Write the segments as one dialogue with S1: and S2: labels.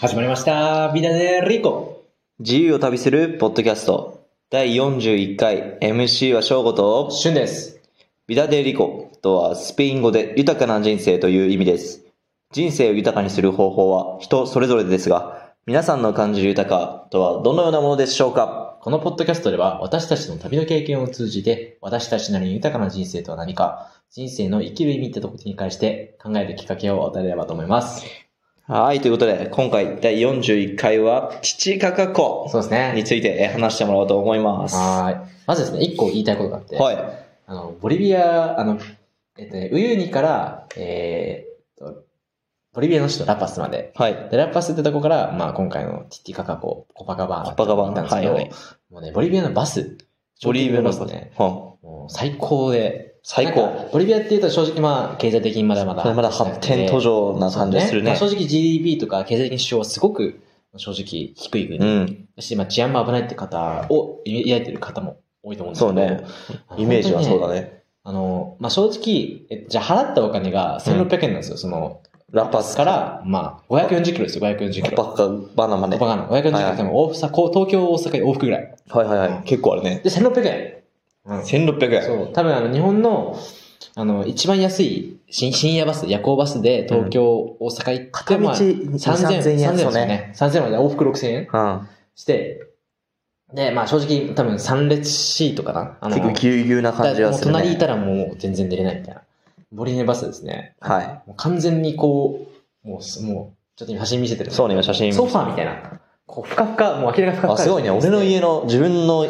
S1: 始まりました。ビダデリコ。
S2: 自由を旅するポッドキャスト第41回 MC は翔吾と
S1: シュンです。
S2: ビダデリコとはスペイン語で豊かな人生という意味です人生を豊かにする方法は人それぞれですが皆さんの感じる豊かとはどのようなものでしょうか
S1: このポッドキャストでは私たちの旅の経験を通じて私たちなりに豊かな人生とは何か、人生の生きる意味ってとこに関して考えるきっかけを与えればと思います。
S2: はいということで今回第41回は父かか湖
S1: そうです
S2: に
S1: ね。
S2: ついてえ話してもらおうと思いますは
S1: はーい。まずですね、一個言いたいことがあって、
S2: い
S1: あの、ボリビア、あの、えっとね、ウユニから、えーっと、ボリビアの首都ラパスまで、
S2: はい
S1: でラパスってとこから、まあ今回のティティカカ湖、コパカバーナ
S2: コパカバーナ
S1: に行ったんですけど、
S2: はいはい
S1: もうね、ボリビアのバス、
S2: ボリビアのバス
S1: ですね、
S2: は
S1: もう最高で、
S2: 最
S1: なん
S2: 高
S1: かボリビアっていうと正直まあ経済的にまだまだ。
S2: まだ発展途上な感じがするね
S1: そうまあ正直 GDP とか経済的に支障はすごく正直低い国。
S2: うん
S1: だし、まあ治安も危ないって方を抱いてる方も多いと思うんですけど。
S2: そうね
S1: あの
S2: イメージはそうだ
S1: 本当に
S2: ね
S1: あの、まあ正直、えじゃあ払ったお金が1600円なんですよ。その、
S2: ラパス
S1: か
S2: から
S1: ら、まあ540キロですよ、540キロ。
S2: バカバナまで
S1: バカなの。540キロ
S2: はいはい
S1: 多分往復さ、こう東京、大阪、往復ぐらい。
S2: はいはいはい。結構あるね。
S1: で、1600円。うん
S2: 1600円。
S1: そう、多分あの日本の、あの、一番安い深深夜バス、夜行バスで東京、大阪行って、
S2: 片道
S1: まあ、3000円
S2: 2 3000円
S1: です
S2: そ
S1: よ
S2: うね。
S1: ね。3000円まで往復6000円
S2: うん。
S1: して、で、まあ正直多分3列シートかな。あの
S2: 結構ぎゅうぎゅうな感じはする
S1: だからもう隣い
S2: ね。
S1: たらもう全然出れないみたいな。ボリネバスですね。
S2: は
S1: もう完全にこう、もうす、もう、ちょっと今写真見せてる
S2: い。
S1: んで
S2: そうね、今写真。
S1: ソファーみたいな。こう、ふかふか、もう明らかにふかふか
S2: あ、すごいね。俺の家の自分の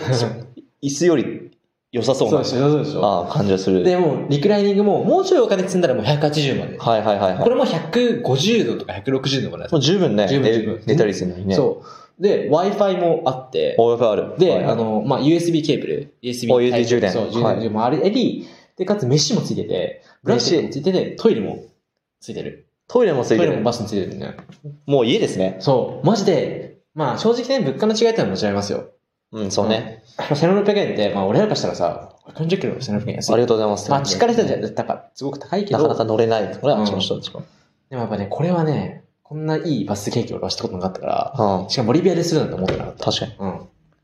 S2: 椅子より良さそう
S1: そう
S2: な
S1: でしょ、そうでしょ。
S2: あ感じがする。
S1: で、もうリクライニングも、もうちょいお金積んだらもう180まで。
S2: はいはいはいはい。
S1: こ
S2: も
S1: れも150度とか160度まである
S2: う十分ね。
S1: 十分
S2: 寝
S1: 十分
S2: 寝たりするのにね。う。
S1: そう。で、Wi-Fi もあって、
S2: およくある。
S1: で、
S2: はい
S1: あ、の、まあ、USB ケーブル、USB
S2: お USB 充電
S1: そう、充
S2: は
S1: 電充
S2: い
S1: 電もあり、で、かつ飯もついてて、ブラシもついてて、トイレもついてる。
S2: トイレもつ
S1: ト
S2: い
S1: イ
S2: て
S1: レも
S2: る。
S1: バスについてるんだよ。
S2: もう家ですね。
S1: そう、マジで、まあ、正直ね、物価の違いってのはもちろんありますよ。
S2: うん、そうね。
S1: まあ1600円って、まあ、俺らからしたらさ、40キロの1600円安い。
S2: ありがとうございます。
S1: まあ、あっちからしたら高すごく高いけ
S2: な
S1: ど、
S2: かなか乗れない。これはあっちの人たちも。
S1: でもやっぱね、これはね、こんないいバスケーキを俺はしたことなかったから、
S2: うん。
S1: しかもボリビアでするなんて思ってなかった。
S2: 確かに。
S1: うん。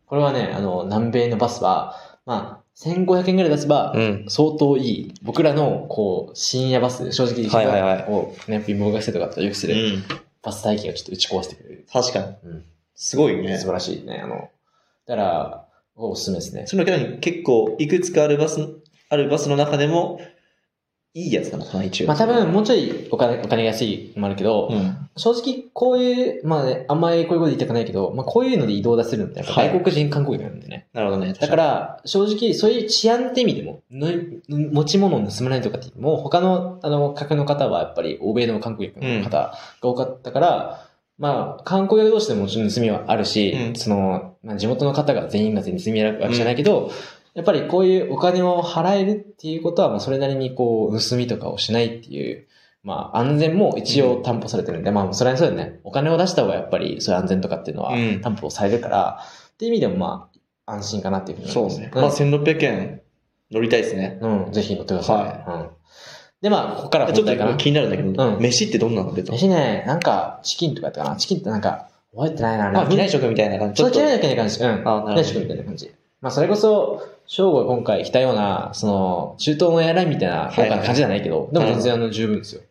S1: これはね、あの、南米のバスは、まあ、1500円ぐらい出せば
S2: う、ん。
S1: 相当いい、僕らの、こう、深夜バス、正直、
S2: はいはいはい
S1: を、ね、貧乏学生とかだったらよくす
S2: う
S1: る、
S2: ん。
S1: バス体験をちょっと打ち壊してくれる。
S2: 確かに。
S1: うん。
S2: すごいね
S1: 素。晴らしいね、あの、だから、おすすめですね。
S2: そのキャラに結構いくつかあるバス、あるバスの中でも、いいやつなのかな、一応。
S1: まあ多分、もうちょいお金、お金が安いのもあるけど、
S2: うん。
S1: 正直、こういう、まあね、あんまりこういうこと言いたくないけど、まあこういうので移動出せるのって、やっぱ
S2: はい
S1: 外国人観光客なんでね。
S2: なるほどね。
S1: だから、正直、そういう治安って意味でも、の持ち物を盗まないとかっていうのも、他の、あの、客の方はやっぱり、欧米の韓国客の方が多かったから、まあ、観光客同士でももちろん盗みはあるし、
S2: うん
S1: その、まあ、地元の方が全員が全員盗みやるわけじゃないけど、やっぱりこういうお金を払えるっていうことは、まあ、それなりにこう、盗みとかをしないっていう、まあ、安全も一応担保されてるんで、まあ、それはそうだよね。お金を出した方がやっぱり、そういう安全とかっていうのは
S2: うん
S1: 担保されるから、っていう意味でもまあ、安心かなっていうふうに
S2: そう
S1: 思い
S2: で
S1: ます
S2: ね。
S1: うん
S2: まあ、1600円乗りたいですね。
S1: うん、ぜひ乗ってください。うん。で、まあ、ここから
S2: ち
S1: 本
S2: ょっと
S1: 題かな。
S2: 気になるんだけど、
S1: うん
S2: 飯ってどんなの出たの
S1: 私ね、なんか、チキンとかやったかな。チキンってなんか、覚えてないな。
S2: あ、機内
S1: 食
S2: 食みたいな感じ。
S1: ちょっと機
S2: と
S1: 内食みたいな感じ。うん。
S2: あなるほど
S1: 機内食みたいな感じ。まあ、それこそ、翔吾が今回来たような、その、中東のエアラインみたいな、豪華な感じじゃないけど、でも全然あの、十分ですよ。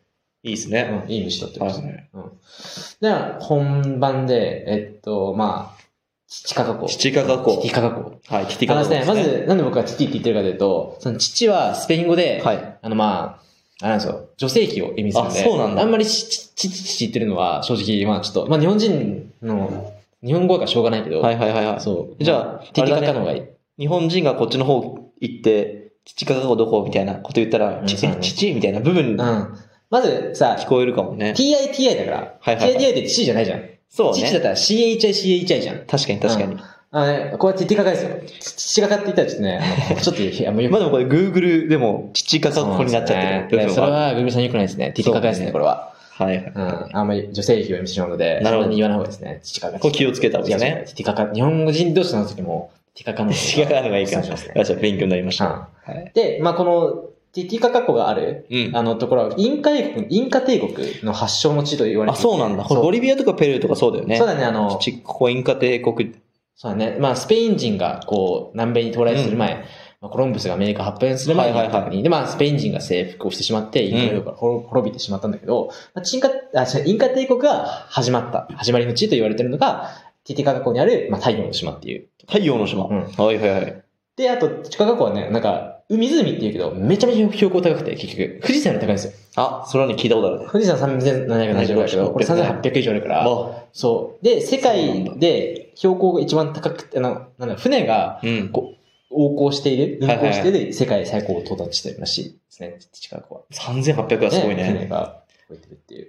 S2: いいです
S1: う
S2: ね。
S1: ん、いい飯だって
S2: は
S1: ま
S2: い
S1: す。では、本番で、えっと、まあ、父かかこ。
S2: 父かか湖
S1: 父かかこ。
S2: はい、ティティ
S1: あ
S2: カ
S1: の
S2: の
S1: ですね、ま、ず、なんで僕が父って言ってるかというと、その父はスペイン語で、
S2: はい。
S1: あのまあ、あれなんですよ、女性器を意味するんで。
S2: あそうなんだ
S1: あんまりち、ち、ち、ち、ち言ってるのは、正直、まあちょっと、まあ日本人の、日本語がしょうがないけど、
S2: はいはいはいはい。
S1: そう。
S2: じゃあ
S1: まティティカカの方がいい。
S2: 日本人がこっちの方行って、父かか湖どこみたいなこと言った
S1: う
S2: ら、
S1: ん
S2: ち
S1: そうだね
S2: 父みたいな部分
S1: うん。まずさ、
S2: 聞こえるかもね。
S1: TITI だから、
S2: はいはいはい
S1: TITI って C じゃないじゃん。
S2: そう
S1: 父だっ
S2: ね。
S1: たら CHICHI じゃん。
S2: 確かに確かに。
S1: あのね、これはティティカカですよ。父カカって言ったらちょっとね、あのちょっと、いやもうよく
S2: まあでもこれ、Google でも、父かか
S1: そう
S2: 湖になっちゃっ
S1: ですね
S2: てる部
S1: ね
S2: 分
S1: そ
S2: はあ
S1: れ
S2: る。
S1: は、グミさん良くないですね。ティティカカですね、これは。
S2: はいはい。
S1: うん、あんまり女性比を見せてしまうので、
S2: なるほど
S1: そんに言わない方がいいですね。父方が。
S2: これ気をつけた方がいいですね
S1: 違う違う違うティカカ、日本人同士の時も、ティカカの。
S2: 違うのがいい
S1: お
S2: か
S1: 伝
S2: ら。
S1: えしますね
S2: あじゃあ勉強になりました。
S1: うんで、まあ、この、ティティカカ湖がある、
S2: うん。
S1: あのところは、インカ帝国、インカ帝国の発祥の地と言われ
S2: あ、
S1: ていて
S2: そうなんだ。これ
S1: そう
S2: ボリビアとかペルーとかそうだよね。
S1: そうだね、あの、
S2: ちここインカ帝国。
S1: そうだね。まあ、スペイン人が、こう、南米に到来する前、まあ、コロンブスがアメリカ発展する前に、
S2: はいはいはい
S1: で、まあ、スペイン人が征服をしてしまって、インカ帝国が滅滅びてしまったんだけど、まあ、チンカ、あ、違うインカ帝国が始まった、始まりの地と言われてるのが、ティティカカ湖にある、まあ、太陽の島っていう。
S2: 太陽の島。
S1: うん
S2: はいはいはい。
S1: で、あと、ティティカカ湖はね、なんか、湖っていうけど、めちゃめちゃ標高高くて、結局、富士山より高いんですよ。
S2: あ、それはね、聞いたことあるね。
S1: 富士山3770だけど、これ3800以上あるから、
S2: あ、
S1: そう。で、世
S2: そうなんだ
S1: 界で標高が一番高くて、あの、なんだ、船が、
S2: うん。
S1: こう、横行している、運
S2: はいはい
S1: 行している世界最高を到達してるらしいですね、近くは。
S2: 3800はすごいね。
S1: 船が動いてるっていう。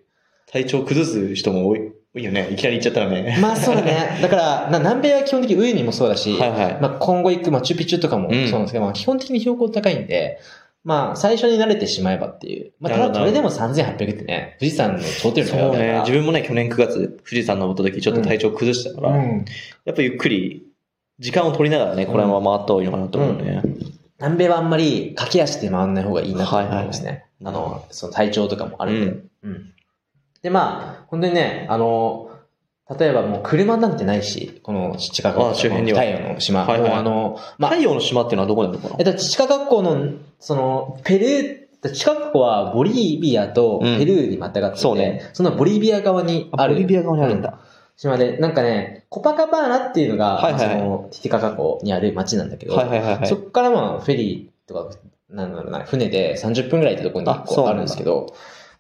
S2: 体調崩す人も多い多いよね。いきなり行っちゃったらね。
S1: まあそうだね。だから、な南米は基本的にウユニもそうだし、
S2: はいはい。
S1: まあ今後行く、まあチュピチュとかも
S2: う
S1: そうんなんですけど、まあ基本的に標高高いんで、まあ最初に慣れてしまえばっていう。まあた
S2: な
S1: だ
S2: るほど
S1: それでも3800ってね、富士山の頂点の
S2: そうね。自
S1: 分
S2: 分もね、去年9月、富士山登った時、ちょっと体調崩したから、
S1: うん、
S2: やっぱゆっくり、時間を取りながらね、これは回った方がいいのかなと思うね。
S1: 南米はあんまり駆け足で回んない方がいいなと思いますね。
S2: はいはい
S1: あの、その体調とかもあるんで。
S2: うん
S1: うんで、まあ、本当にね、あの、例えばもう車なんてないし、この七角
S2: あ周辺には
S1: 太陽の島。
S2: はいはい
S1: もうあの、まあ
S2: 太、陽の島っていうのはどこにあるのか
S1: えっ
S2: な
S1: と、地下学校の、その、ペルー、地下学校はボリビアと
S2: うん
S1: ペルーにまたがってて、
S2: そうね
S1: そのボリビア側にある。
S2: ボリビア側にあるんだ。
S1: 島で、なんかね、コパカバーナっていうのが、
S2: はいはいは
S1: そ
S2: い
S1: の、ティティカカ湖にある町なんだけど、
S2: はいはいはいはい。
S1: そこからまあフェリーとか、なんだろうな、船で30分ぐらいってとこに
S2: あそう
S1: こう
S2: な
S1: あ
S2: んだ
S1: るんですけど、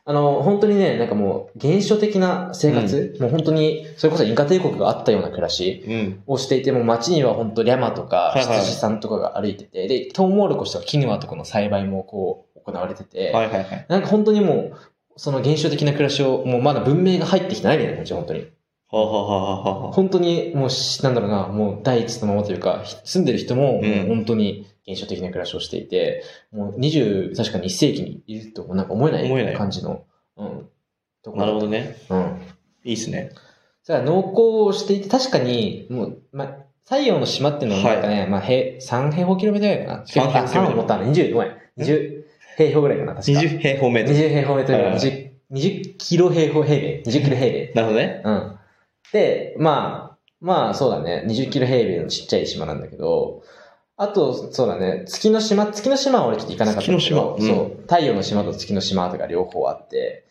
S1: あの、本当にね、なんかもう、原初的な生活、もう本当に、それこそインカ帝国があったような暮らし
S2: うん。
S1: をしていて、もう街には本当リャマとか、
S2: はいはい
S1: 羊さんとかが歩いてて、で、トウモロコシとかキヌアとかの栽培もこう、行われてて、
S2: はいはいはい。
S1: なんか本当にもう、その原初的な暮らしを、もうまだ文明が入ってきてないみたいな感じ、本当に。
S2: はあはあはあはあはあ
S1: 本当にもうし、なんだろうな、もう第一のままというか、ひ住んでる人も、
S2: うん
S1: もう本当に現象的な暮らしをしていて、もう20、確かに1世紀にいるともなんか思え
S2: 思えな
S1: ないい感じの、うん、ところ。
S2: なるほどね。
S1: うん。
S2: いいっすね。
S1: だから農耕をしていて、確かに、もう、ま、太陽の島っていうのはなんかね、まあ、平、3平方キロメートルぐらいかな。
S2: 三平方キロ
S1: あ
S2: メートル
S1: 三もっとある20、ごめん。20平方ぐらいかな、確か。
S2: 20平方メートル。
S1: 20平方メートルぐらい
S2: はいは
S1: 20, 20キロ平方平米。20キロ平米。
S2: なるほどね。
S1: うん。で、まあ、まあそうだね、20キロ平米のちっちゃい島なんだけど、あと、そうだね、月の島、月の島は俺ちょっと行かなかったんだけど。
S2: 月の島
S1: そう、太陽の島と月の島とか両方あって、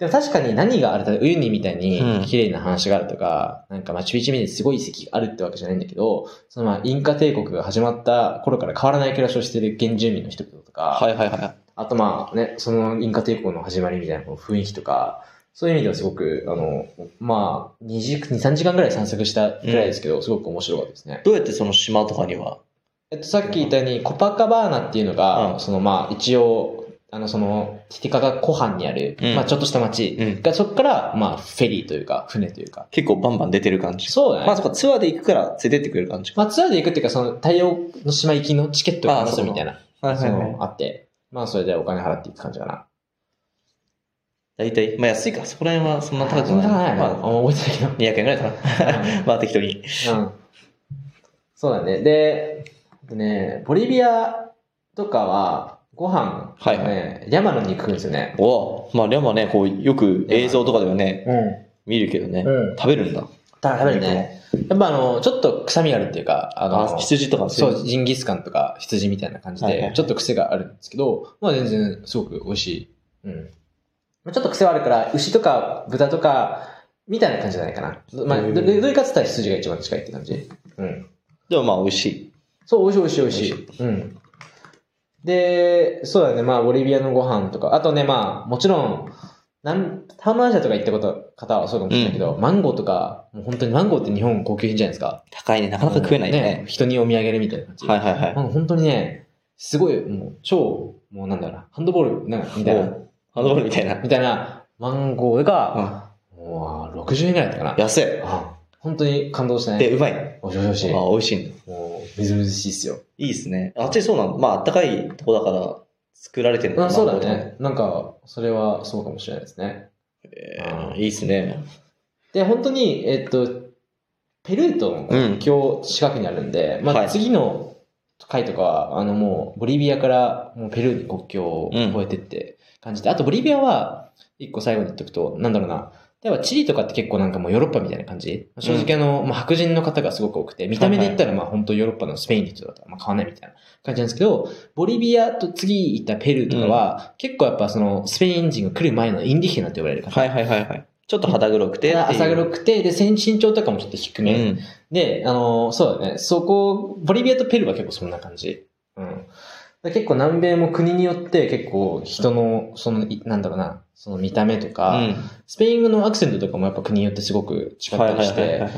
S1: でも確かに何があると、ウユニみたい
S2: うん
S1: に綺麗な話があるとか、なんかマチュピチュみたいにすごい遺跡があるってわけじゃないんだけど、そのまあインカ帝国が始まった頃から変わらない暮らしをしてる原住民の人々とか、
S2: はいはいはい。
S1: あとまあね、そのインカ帝国の始まりみたいなこの雰囲気とか、そういう意味ではすごく、あの、まあ、2時、2、3時間ぐらい散策したぐらいですけど、すごく面白かったですね。
S2: どうやってその島とかには
S1: えっと、さっき言ったように、コパカバーナっていうのが、
S2: うん
S1: そのまあ、一応、あの、その、ティティカカ湖畔にある、
S2: うん
S1: まあ、ちょっとした町
S2: うん
S1: が、そこから、まあ、フェリーというか、船というか。
S2: 結構バンバン出てる感じ
S1: そうだね。
S2: まあそっか、ツアーで行くから連れてってくれる感じか。
S1: まあ、ツアーで行くっていうか、その、太陽の島行きのチケットを
S2: あ
S1: 話
S2: そ
S1: す
S2: う
S1: みたいな、
S2: はい
S1: その、あって、まあ、それでお金払っていく感じかな。
S2: い。大体、まあ安いか、そこら辺はそんな高く
S1: そん
S2: ない。
S1: なないな。あん
S2: まあ、
S1: ま覚えてないけど。
S2: 200円ぐらいかな。まあ適当に。
S1: うん。そうだね。で、あとね、ボリビアとかは、ご飯、ね、
S2: はいは
S1: 山野に行くんですよね。
S2: おおまあでもね、こう、よく映像とかではね、
S1: うん。
S2: 見るけどね、
S1: うん
S2: 食べるんだ。
S1: た食べるね。やっぱあの、ちょっと臭みがあるっていうか、あの、
S2: あ羊とか
S1: そ
S2: ね
S1: う、ジンギスカンとか羊みたいな感じ
S2: はいは
S1: で
S2: い、
S1: ちょっと癖があるんですけど、まあ全然すごく美味しい。うん。まあちょっと癖はあるから、牛とか豚とか、みたいな感じじゃないかな。まあ、
S2: へ
S1: ど
S2: ー
S1: どういうかっつったら羊が一番近いって感じ。うん。
S2: でもまあ美味しい。
S1: そう、美味しい美味しい美味しい。うん。で、そうだね、まあ、ボリビアのご飯とか、あとね、まあ、もちろん、なん、ターマンアジアとか行ったこと、方はそうかもしれないけど、マンゴーとか、もう本当にマンゴーって日本高級品じゃないですか。
S2: 高いね、なかなか食えないね。
S1: 人にお土産みたいな感じ。
S2: はいはいはい。
S1: マンゴー本当にね、すごい、もう、超、もうなんだろうな、ハンドボール、なんか、みたい
S2: お
S1: な、
S2: うハンドボールみたいな。
S1: みたいな、マンゴーが、もう、60円ぐらいだったかな。
S2: 安い。
S1: あ本当に感動した
S2: で、
S1: ね。
S2: うまい。あ
S1: おしおし
S2: 美
S1: い。も
S2: 味しいんだ。
S1: う、みずみずしいっすよ。
S2: いいですね。あっちそうなの。まあ、あったかいとこだから、作られてるの
S1: あ
S2: かな
S1: そうだ。ね。なんか、それはそうかもしれないですね。
S2: えーいいですね。
S1: で、本当に、えっと、ペルーとの国境近くにあるんで、
S2: は
S1: まあ
S2: い
S1: 次の回とかは、あのもう、ボリビアからもうペルーに国境を越えてって感じで、あとボリビアは、一個最後に言っとくと、なんだろうな、例えばチリとかって結構なんかもうヨーロッパみたいな感じ正直あの、まあ、白人の方がすごく多くて、見た目で言ったらまあ本当ヨーロッパのスペインの人だったらまあ変わんないみたいな感じなんですけど、ボリビアと次行ったペルーとかは、結構やっぱそのスペイン人が来る前のインディヒナって呼ばれる方。
S2: はいはいはいはい。ちょっと肌黒くてっていう。
S1: 朝黒くて、で、身長とかもちょっと低
S2: う
S1: め。
S2: ん。
S1: で、あのーそうだね。そこ、ボリビアとペルーは結構そんな感じ。うん。で結構南米も国によって結構人の、その、いなんだろうな、その見た目とか、
S2: うん
S1: スペイン語のアクセントとかもやっぱ国によってすごく違ったりして、
S2: はい。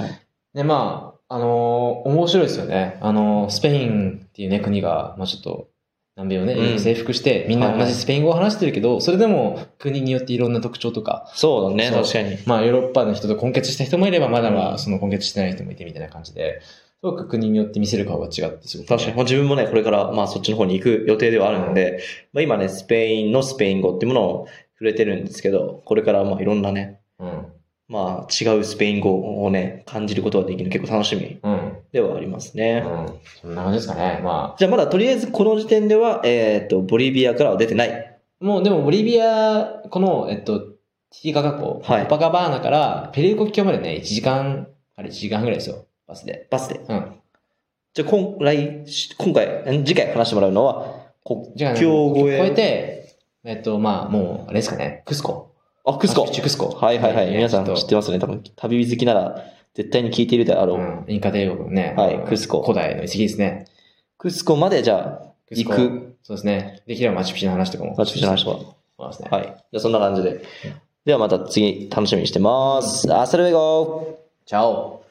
S1: で、まあ、あのー面白いですよね。あのースペインっていうね、国が、まあちょっと、南米をね、
S2: うん
S1: 征服して、みんな
S2: はい
S1: 同
S2: はい
S1: じスペイン語を話してるけど、それでも国によっていろんな特徴とか、
S2: そうだね、
S1: そう
S2: 確かに。
S1: まあヨーロッパの人と混血した人もいれば、まだま
S2: うん
S1: だその混血してない人もいてみたいな感じで、すごく国によって見せる顔が違って、すごくね、
S2: 確かに。もう自分もね、これから、まあ、そっちの方に行く予定ではあるので、まあ、今ね、スペインのスペイン語っていうものを触れてるんですけど、これから、まあ、いろんなね、
S1: うん。
S2: まあ、違うスペイン語をね、感じることができる結構楽しみ
S1: うん。
S2: ではありますね。
S1: うん。そんな感じですかね。ま
S2: じゃあ、まだとりあえずこの時点では、えっ、と、ボリビアからは出てない。
S1: あ、もうでもボリビア、この、えっと、ティティカカ湖、
S2: はい
S1: コパカバーナからペレー国境までね、1時間、あれ1時間ぐらいですよ、バスで。
S2: バス
S1: う
S2: で。
S1: ん。
S2: じゃあ、今来、今回、ん次回話してもらうのは、国
S1: じゃあ、
S2: 境越え。
S1: 超えて、えっと、まあ、もう、あれですかね、クスコ。
S2: あ、クスコ
S1: マチュ。ピチュクスコ
S2: はいはいはい。
S1: ね
S2: 皆さん
S1: ちょっと
S2: 知ってますね。多分、旅好きなら絶対に聞いているであろう。
S1: うん、インカ帝国のね、
S2: はいクスコ
S1: 古代の遺跡ですね。
S2: クスコまでじゃあ、
S1: クスコ
S2: 行く。
S1: そうですね。できればマチュピチュの話とかも。
S2: マチュピチュの話は。
S1: そうですね。
S2: はい。じゃあ、そんな感じで。ではまた次、楽しみにしてます。アスルエゴ
S1: チャオ